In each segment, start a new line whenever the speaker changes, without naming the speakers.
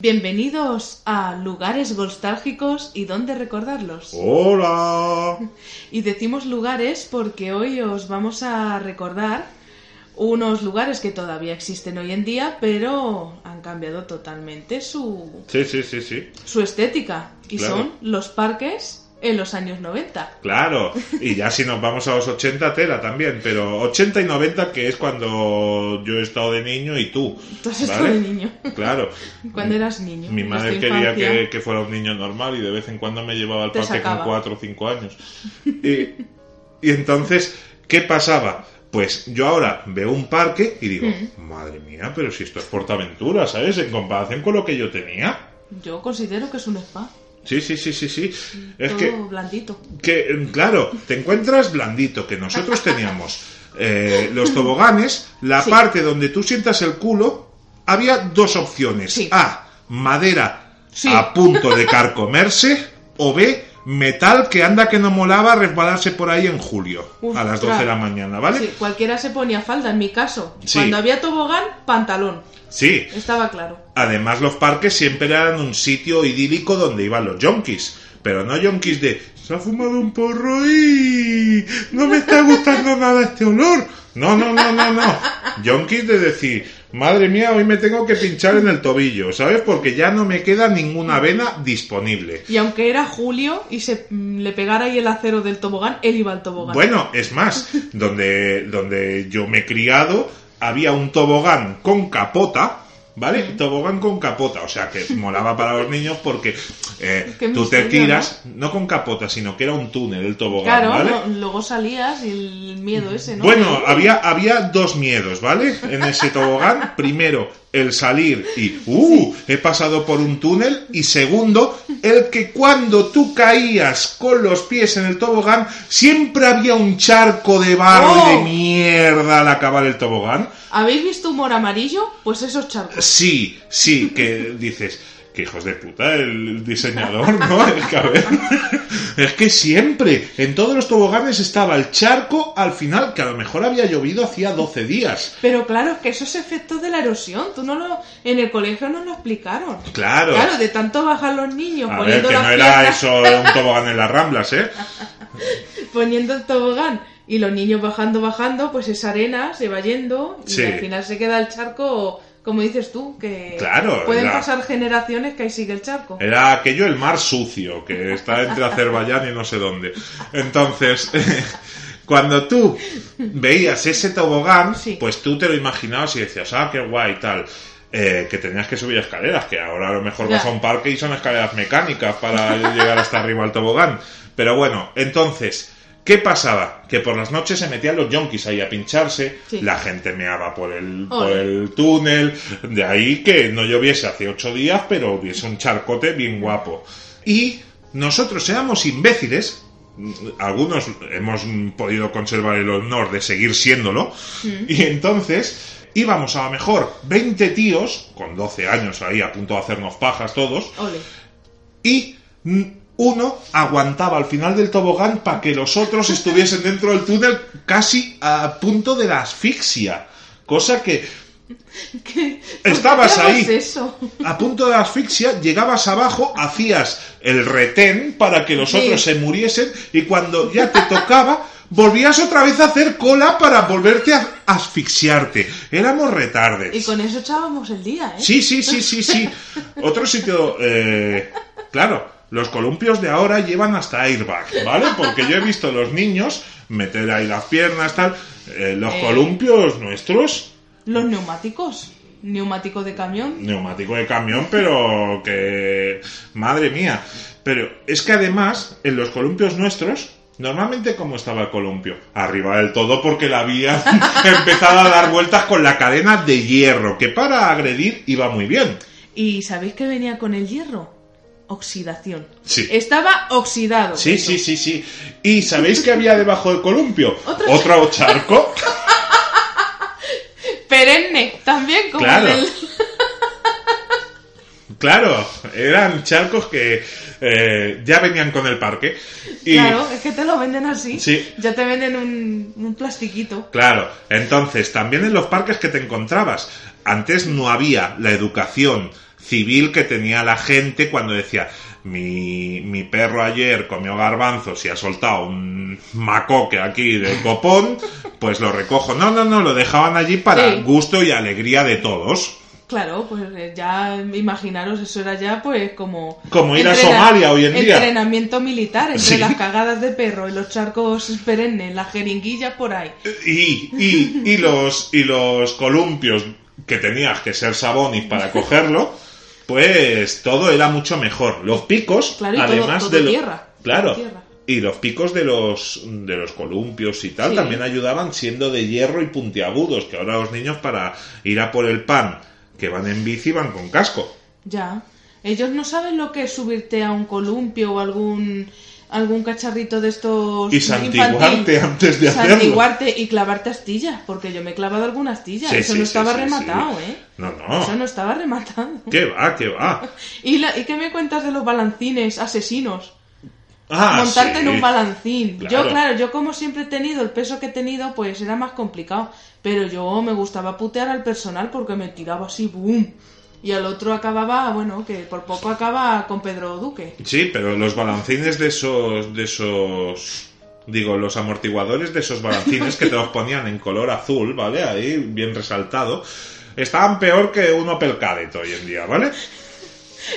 Bienvenidos a lugares nostálgicos y dónde recordarlos.
Oh. ¡Hola!
Y decimos lugares porque hoy os vamos a recordar unos lugares que todavía existen hoy en día, pero han cambiado totalmente su,
Sí, sí, sí, sí.
su estética. Y
Claro.
son los parques en los años 90.
Claro. Y ya si nos vamos a los 80, tela también. Pero 80 y 90, que es cuando yo he estado de niño y tú.
Tú has estado de niño.
Claro.
Cuando eras niño.
Mi
en
madre
nuestra
quería
infancia.
que, que fuera un niño normal y de vez en cuando me llevaba al
Te
parque
sacaba.
con 4 o 5 años. Y, y entonces, ¿qué pasaba? Pues yo ahora veo un parque y digo, madre mía, pero si esto es Portaventura, ¿sabes? En comparación con lo que yo tenía.
Yo considero que es un spa.
Sí, sí, sí, sí, sí. Es
todo
que
blandito.
que eh, claro, te encuentras blandito, que nosotros teníamos eh, los toboganes, la
Sí.
parte donde tú sientas el culo, había dos opciones.
Sí.
A, madera
Sí.
a punto de carcomerse, o B, metal que anda que no molaba resbalarse por ahí en julio, a las 12 de la mañana, ¿vale?
Sí, cualquiera se ponía falda, en mi caso.
Sí.
Cuando había tobogán, pantalón.
sí.
Estaba claro.
Además, los parques siempre eran un sitio idílico donde iban los yonkis. Pero no yonkis de se ha fumado un porro y no me está gustando nada este olor. No, no, no, no, no. Yonkis de decir, madre mía, hoy me tengo que pinchar en el tobillo, ¿sabes? Porque ya no me queda ninguna vena disponible.
Y aunque era Julio y se mm, le pegara ahí el acero del tobogán, él iba al tobogán.
Bueno, es más, donde, donde yo me he criado había un tobogán con capota, ¿vale? Tobogán con capota, o sea que molaba para los niños porque eh,
Qué
tú te
misterio,
tiras, ¿no? con capota, sino que era un túnel el tobogán,
claro,
¿vale? Mm,
no, luego salías y el miedo ese, ¿no?
Bueno, había, había dos miedos, ¿vale? En ese tobogán. Primero, el salir y, ¡uh! He pasado por un túnel. Y segundo, el que cuando tú caías con los pies en el tobogán, siempre había un charco de barro y de
¡Oh!
mierda al acabar el tobogán.
¿Habéis visto humor amarillo? Pues esos charcos.
Sí, sí, que dices, que hijos de puta, el diseñador, ¿no? El cabrón. Es que siempre, en todos los toboganes estaba el charco al final, que a lo mejor había llovido hacía 12 días.
Pero claro, es que eso es efecto de la erosión. Tú no lo... En el colegio no lo explicaron.
Claro.
Claro, de tanto bajar los niños
A ver,
poniendo
que
las
no era
piernas-
eso de un tobogán en las ramblas, ¿eh?
poniendo el tobogán y los niños bajando, bajando, pues esa arena se va yendo y
Sí.
al final se queda el charco, como dices tú, que
Claro,
pueden
la-
pasar generaciones que ahí sigue el charco.
Era aquello el mar sucio, que está entre Azerbaiyán y no sé dónde. Entonces, cuando tú veías ese tobogán,
Sí.
pues tú te lo imaginabas y decías, ah, qué guay, tal. Eh, que tenías que subir escaleras, que ahora a lo mejor
Ya.
vas a un parque y son escaleras mecánicas para llegar hasta arriba al tobogán. Pero bueno, entonces, ¿qué pasaba? Que por las noches se metían los yonkis ahí a pincharse,
Sí.
la gente meaba por el, por
Ole.
el el túnel, de ahí que no lloviese hace ocho días, pero hubiese un charcote bien guapo. Y nosotros seamos imbéciles, mm, algunos hemos mm, podido conservar el honor de seguir siéndolo, y entonces íbamos a lo mejor 20 tíos, con 12 años ahí a punto de hacernos pajas todos,
Ole.
y mm, uno aguantaba al final del tobogán para que los otros estuviesen dentro del túnel casi a punto de la asfixia. Cosa que
¿Qué-
Estabas
¿por qué
ahí.
haces eso?
a punto de asfixia, llegabas abajo, hacías el retén para que los
Sí.
otros se muriesen y cuando ya te tocaba, volvías otra vez a hacer cola para volverte a asfixiarte. Éramos retardes.
Y con eso echábamos el día, ¿eh?
Sí, sí, sí, sí, sí. Otro sitio, eh, claro, los columpios de ahora llevan hasta airbag, ¿vale? Porque yo he visto los niños meter ahí las piernas, tal. Eh, los
Eh.
columpios nuestros,
Los neumáticos. Neumático de camión.
neumático de camión, pero que... Madre mía. Pero es que además, en los columpios nuestros, Normalmente, ¿cómo estaba el columpio? Arriba del todo porque la había empezado a dar vueltas con la cadena de hierro, que para agredir iba muy bien.
¿Y sabéis qué venía con el hierro? Oxidación.
Sí.
Estaba oxidado.
Sí,
eso.
sí, sí, sí. ¿Y sabéis qué había debajo del columpio?
Otro
Otro charco.
Perenne, también como
Claro.
el-
Claro, eran charcos que eh, ya venían con el parque. Y,
Claro, es que te lo venden así.
Sí.
Ya te venden un, un plastiquito.
Claro, entonces también en los parques que te encontrabas. Antes no había la educación civil que tenía la gente cuando decía mi, mi perro ayer comió garbanzos y ha soltado un macoque aquí de copón, pues lo recojo. No, no, no, lo dejaban allí para
Sí.
gusto y alegría de todos.
Claro, pues eh, ya imaginaros, eso era ya pues como...
Como ir a
entrena-
Somalia hoy en día.
Entrenamiento militar entre
Sí.
las cagadas de perro y los charcos perennes, las jeringuillas por ahí.
Y, y, y los, y los columpios que tenías que ser sabonis para cogerlo, pues todo era mucho mejor. Los picos,
Claro, y todo-
además
todo
de lo-
tierra,
Claro.
todo tierra.
Y los picos de los, de los columpios y tal
Sí.
también ayudaban siendo de hierro y puntiagudos, que ahora los niños para ir a por el pan, que van en bici, van con casco.
Ya. Ellos no saben lo que es subirte a un columpio o algún algún cacharrito de estos
Y santiguarte
infantil.
antes de hacerlo.
Santiguarte y clavarte astillas, porque yo me he clavado algunas astillas.
Sí,
Eso
sí,
no
sí,
estaba
sí, sí.
rematado, ¿eh?
No, no.
Eso no estaba rematado.
¿Qué va? ¿Qué va?
¿Y, la- ¿Y qué me cuentas de los balancines asesinos?
Ah,
Montarte en
sí.
un balancín.
Claro.
Yo, claro, yo como siempre he tenido el peso que he tenido, pues era más complicado. Pero yo me gustaba putear al personal porque me tiraba así, boom. Y al otro acababa, bueno, que por poco acaba con Pedro Duque.
Sí, pero los balancines de esos, de esos, digo, los amortiguadores de esos balancines que te los ponían en color azul, ¿vale? Ahí bien resaltado, estaban peor que un Opel Kadett hoy en día, ¿vale?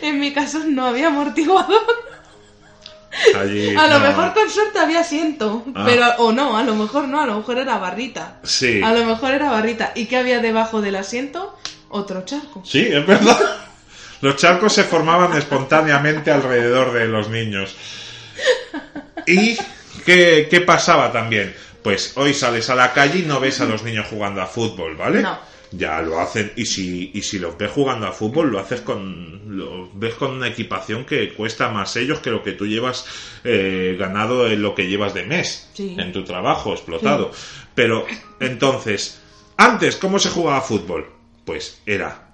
En mi caso no había amortiguador.
Allí,
A lo
no.
mejor con suerte había asiento.
Ah.
Pero, o no, a lo mejor no, a lo mejor era barrita.
Sí.
A lo mejor era barrita. ¿Y qué había debajo del asiento? Otro charco.
Sí, es verdad. Los charcos se formaban espontáneamente alrededor de los niños. ¿Y qué, qué pasaba también? Pues hoy sales a la calle y no ves a los niños jugando a fútbol, ¿vale?
No.
Ya lo hacen, y si, y si los ves jugando a fútbol, lo haces con. los ves con una equipación que cuesta más ellos que lo que tú llevas eh, ganado en lo que llevas de mes.
Sí.
En tu trabajo, explotado. Pero, entonces, antes, ¿cómo se jugaba a fútbol? Pues era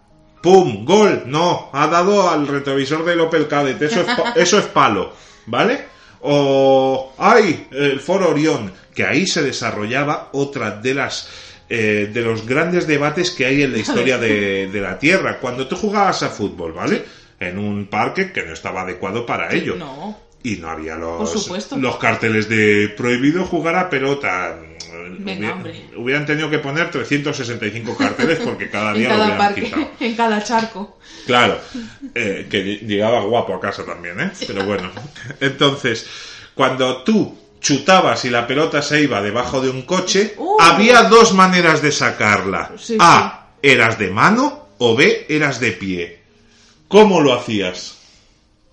¡Pum! ¡Gol! No, ha dado al retrovisor del Opel Kadett. Eso es, pa- eso es palo, ¿vale? O ¡Ay! El Foro Orión, que ahí se desarrollaba otra de las... eh, de los grandes debates que hay en la historia de, de la Tierra. Cuando tú jugabas a fútbol, ¿vale? En un parque que no estaba adecuado para ello.
No.
Y no había
Por
los,
supuesto.
los carteles de prohibido jugar a pelota. Hubi-
hombre.
hubieran tenido que poner 365 carteles porque cada
En
día lo
cada
hubieran
parque,
quitado.
en cada charco.
Claro, eh, que ll- llegaba guapo a casa también, ¿eh? Pero bueno. Entonces, cuando tú chutabas y la pelota se iba debajo de un coche,
Uh.
había dos maneras de sacarla.
Sí,
A, eras de mano o B, eras de pie. ¿Cómo lo hacías?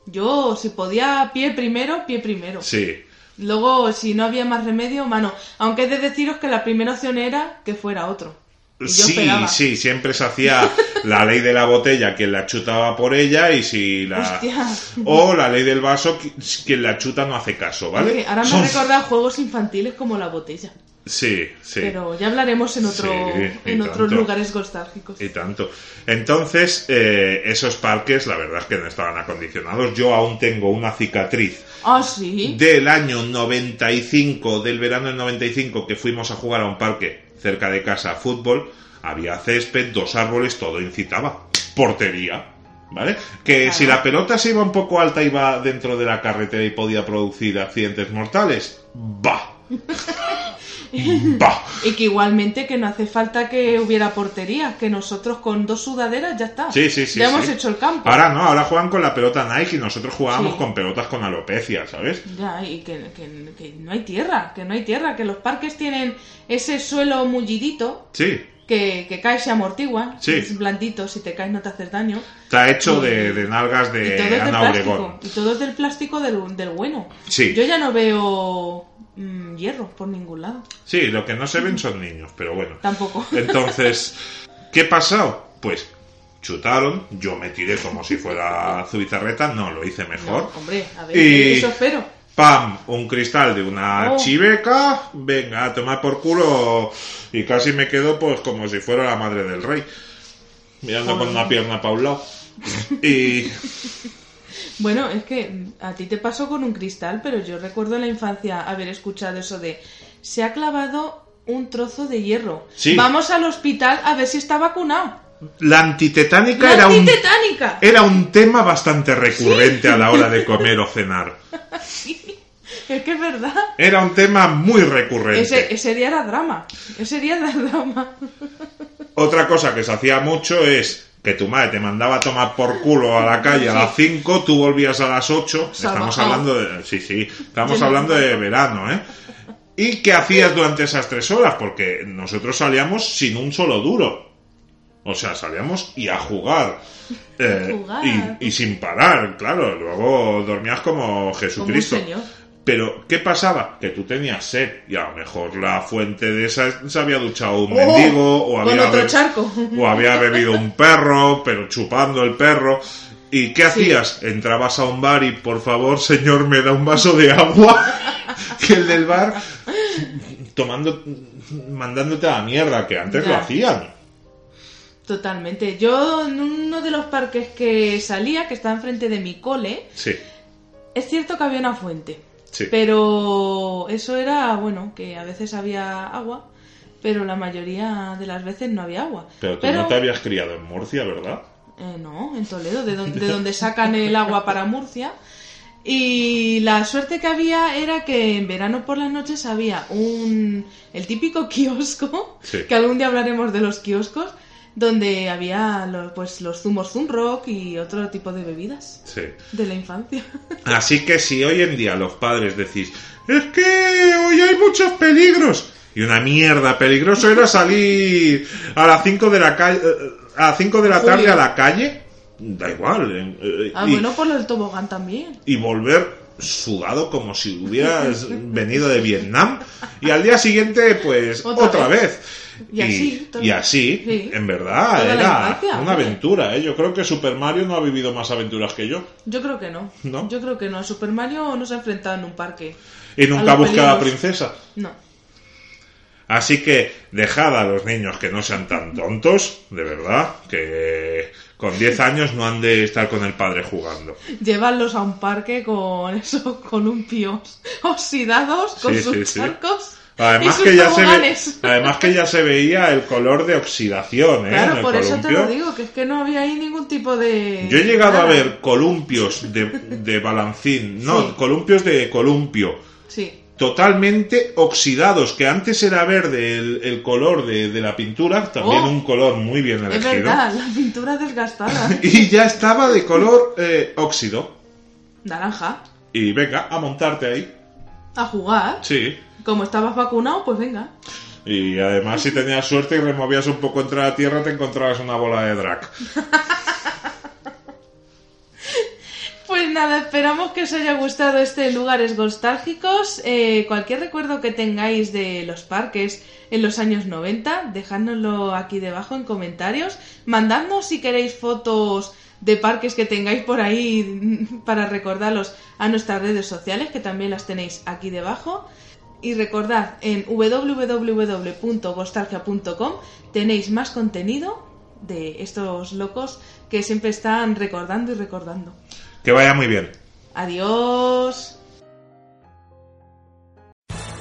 Yo, si podía pie primero, pie primero.
Sí.
Luego, si no había más remedio, mano. Aunque he de deciros que la primera opción era que fuera otro. Y yo
Sí,
esperaba.
sí, siempre se hacía la ley de la botella, quien la chutaba por ella y si la...
Hostia.
O la ley del vaso, qui- quien la chuta no hace caso, ¿vale?
Porque Ahora me
Son-
ha recordado juegos infantiles como la botella.
Sí, sí.
Pero ya hablaremos en, otro,
Sí, Eh, y
en otros
tanto.
lugares nostálgicos.
Y tanto. Entonces, eh, esos parques, la verdad es que no estaban acondicionados. Yo aún tengo una cicatriz
Ah, sí.
del año 95, del verano del 95, que fuimos a jugar a un parque cerca de casa a fútbol. Había césped, dos árboles, todo incitaba. Portería. ¿Vale? Que
Claro.
si la pelota se iba un poco alta, iba dentro de la carretera y podía producir accidentes mortales. ¡Bah! ¡Bah!
Y que igualmente que no hace falta que hubiera porterías, que nosotros con dos sudaderas ya está.
Sí, sí, sí.
Ya
sí. Ah.
hemos hecho el campo.
Ahora no, ahora juegan con la pelota Nike y nosotros jugábamos
Sí.
con pelotas con alopecia, ¿sabes?
Ya, y que, que- que no hay tierra, que no hay tierra, que los parques tienen ese suelo mullidito
Sí.
que, que caes se amortiguan,
Sí.
es blandito, si te caes no te haces daño.
Está hecho de, de nalgas
Y
de
todo es del
Ana
plástico.
Obregón.
Y todo es del plástico del, del bueno.
Sí.
Yo ya no veo mm, hierro por ningún lado.
Sí, lo que no se ven son niños, pero bueno.
Tampoco.
Entonces, ¿qué pasó? Pues chutaron, yo me tiré como si fuera Zubizarreta, no, lo hice mejor.
No, hombre, a ver,
Y-
eso espero.
¡Pam! Un cristal de una
Oh.
chiveca, venga, a tomar por culo. Y casi me quedo pues como si fuera la madre del rey. Mirando con una pierna para un lado. Y
Bueno, es que mm, a ti te pasó con un cristal, pero yo recuerdo en la infancia haber escuchado eso de se ha clavado un trozo de hierro.
Sí.
Vamos al hospital a ver si está vacunado.
la antitetánica
¡La
era un... Eh.
antitetánica!
Era un tema bastante recurrente a la hora de comer o cenar.
Es que es verdad.
Era un tema muy recurrente.
Ese, ese día era drama. Ese día era drama.
Otra cosa que se hacía mucho es que tu madre te mandaba a tomar por culo a la calle a las 5, tú volvías a las 8.
Se ha
Estamos
bajado.
hablando de. Sí, sí,
Yo
estamos
no-
hablando de verano, ¿eh? ¿Y qué hacías durante esas tres horas? Porque nosotros salíamos sin un solo duro. O sea, salíamos y a jugar. Eh,
Jugar.
Y, y sin parar, claro. Luego dormías como
Como un
Jesucristo.
señor.
Pero, ¿qué pasaba? Que tú tenías sed y a lo mejor la fuente de esa se había duchado un
Oh,
mendigo o
con
había,
otro
be-
charco.
o había bebido un perro, pero chupando el perro. ¿Y qué hacías? Entrabas a un bar y, por favor, señor, me da un vaso de agua. que el del bar tomando, mandándote a la mierda, que antes lo
Ya.
hacían.
Totalmente. Yo en uno de los parques que salía, que está enfrente de mi cole,
Sí,
es cierto que había una fuente.
sí.
Pero eso era, bueno, que a veces había agua, pero la mayoría de las veces no había agua.
Pero tú no te habías criado en Murcia, ¿verdad?
Eh, no, en Toledo, de donde, de donde sacan el agua para Murcia. Y la suerte que había era que en verano por las noches había un el típico kiosco,
Sí.
que algún día hablaremos de los kioscos, donde había los, pues los zumos Zumrock y otro tipo de bebidas
Sí.
de la infancia.
Así que si hoy en día los padres decís, es que hoy hay muchos peligros, y una mierda, peligroso era salir a las 5 de la calle, eh, a las 5 de la tarde
Julio.
a la calle, da igual, eh, eh,
Ah,
y,
bueno, por el tobogán también.
y volver sudado como si hubieras venido de Vietnam, y al día siguiente, pues, otra,
Otra
vez.
vez. Y así, todo-
y así,
sí.
en verdad,
Toda la
era
infancia,
una
joder.
aventura, ¿eh? Yo creo que Super Mario no ha vivido más aventuras que yo.
Yo creo que no.
¿No?
Yo creo que no. A Super Mario no se ha enfrentado en un parque.
Y nunca
los
busca a la
peligros.
princesa.
No.
Así que dejad a los niños que no sean tan tontos, de verdad, que con 10 años no han de estar con el padre jugando.
Llevarlos a un parque con esos columpios oxidados, con
Sí,
sus
sí, sí.
charcos.
Además
y sus
que, ya se ve-
toboganes.
además que ya se veía el color de oxidación, ¿eh? en
Claro,
el
por eso te
columpio.
lo digo, que es que no había ahí ningún tipo de.
Yo he llegado a
nada.
ver columpios de, de balancín, no,
Sí.
columpios de columpio,
Sí,
totalmente oxidados, que antes era verde el, el color de, de la pintura, también
Oh.
un color muy bien
es
elegido,
verdad, la pintura desgastada.
y ya estaba de color eh, óxido.
Naranja,
Y venga, a montarte ahí.
a jugar.
Sí.
Como estabas vacunado, pues venga.
Y además, si tenías suerte y removías un poco entre la tierra, te encontrabas una bola de drag.
Pues nada, esperamos que os haya gustado este Lugares Nostálgicos. Eh, cualquier recuerdo que tengáis de los parques en los años 90, dejádnoslo aquí debajo en comentarios. Mandadnos si queréis fotos de parques que tengáis por ahí para recordarlos a nuestras redes sociales, que también las tenéis aquí debajo. Y recordad, en www.gostalgia.com tenéis más contenido de estos locos que siempre están recordando y recordando.
Que vaya muy bien.
Adiós.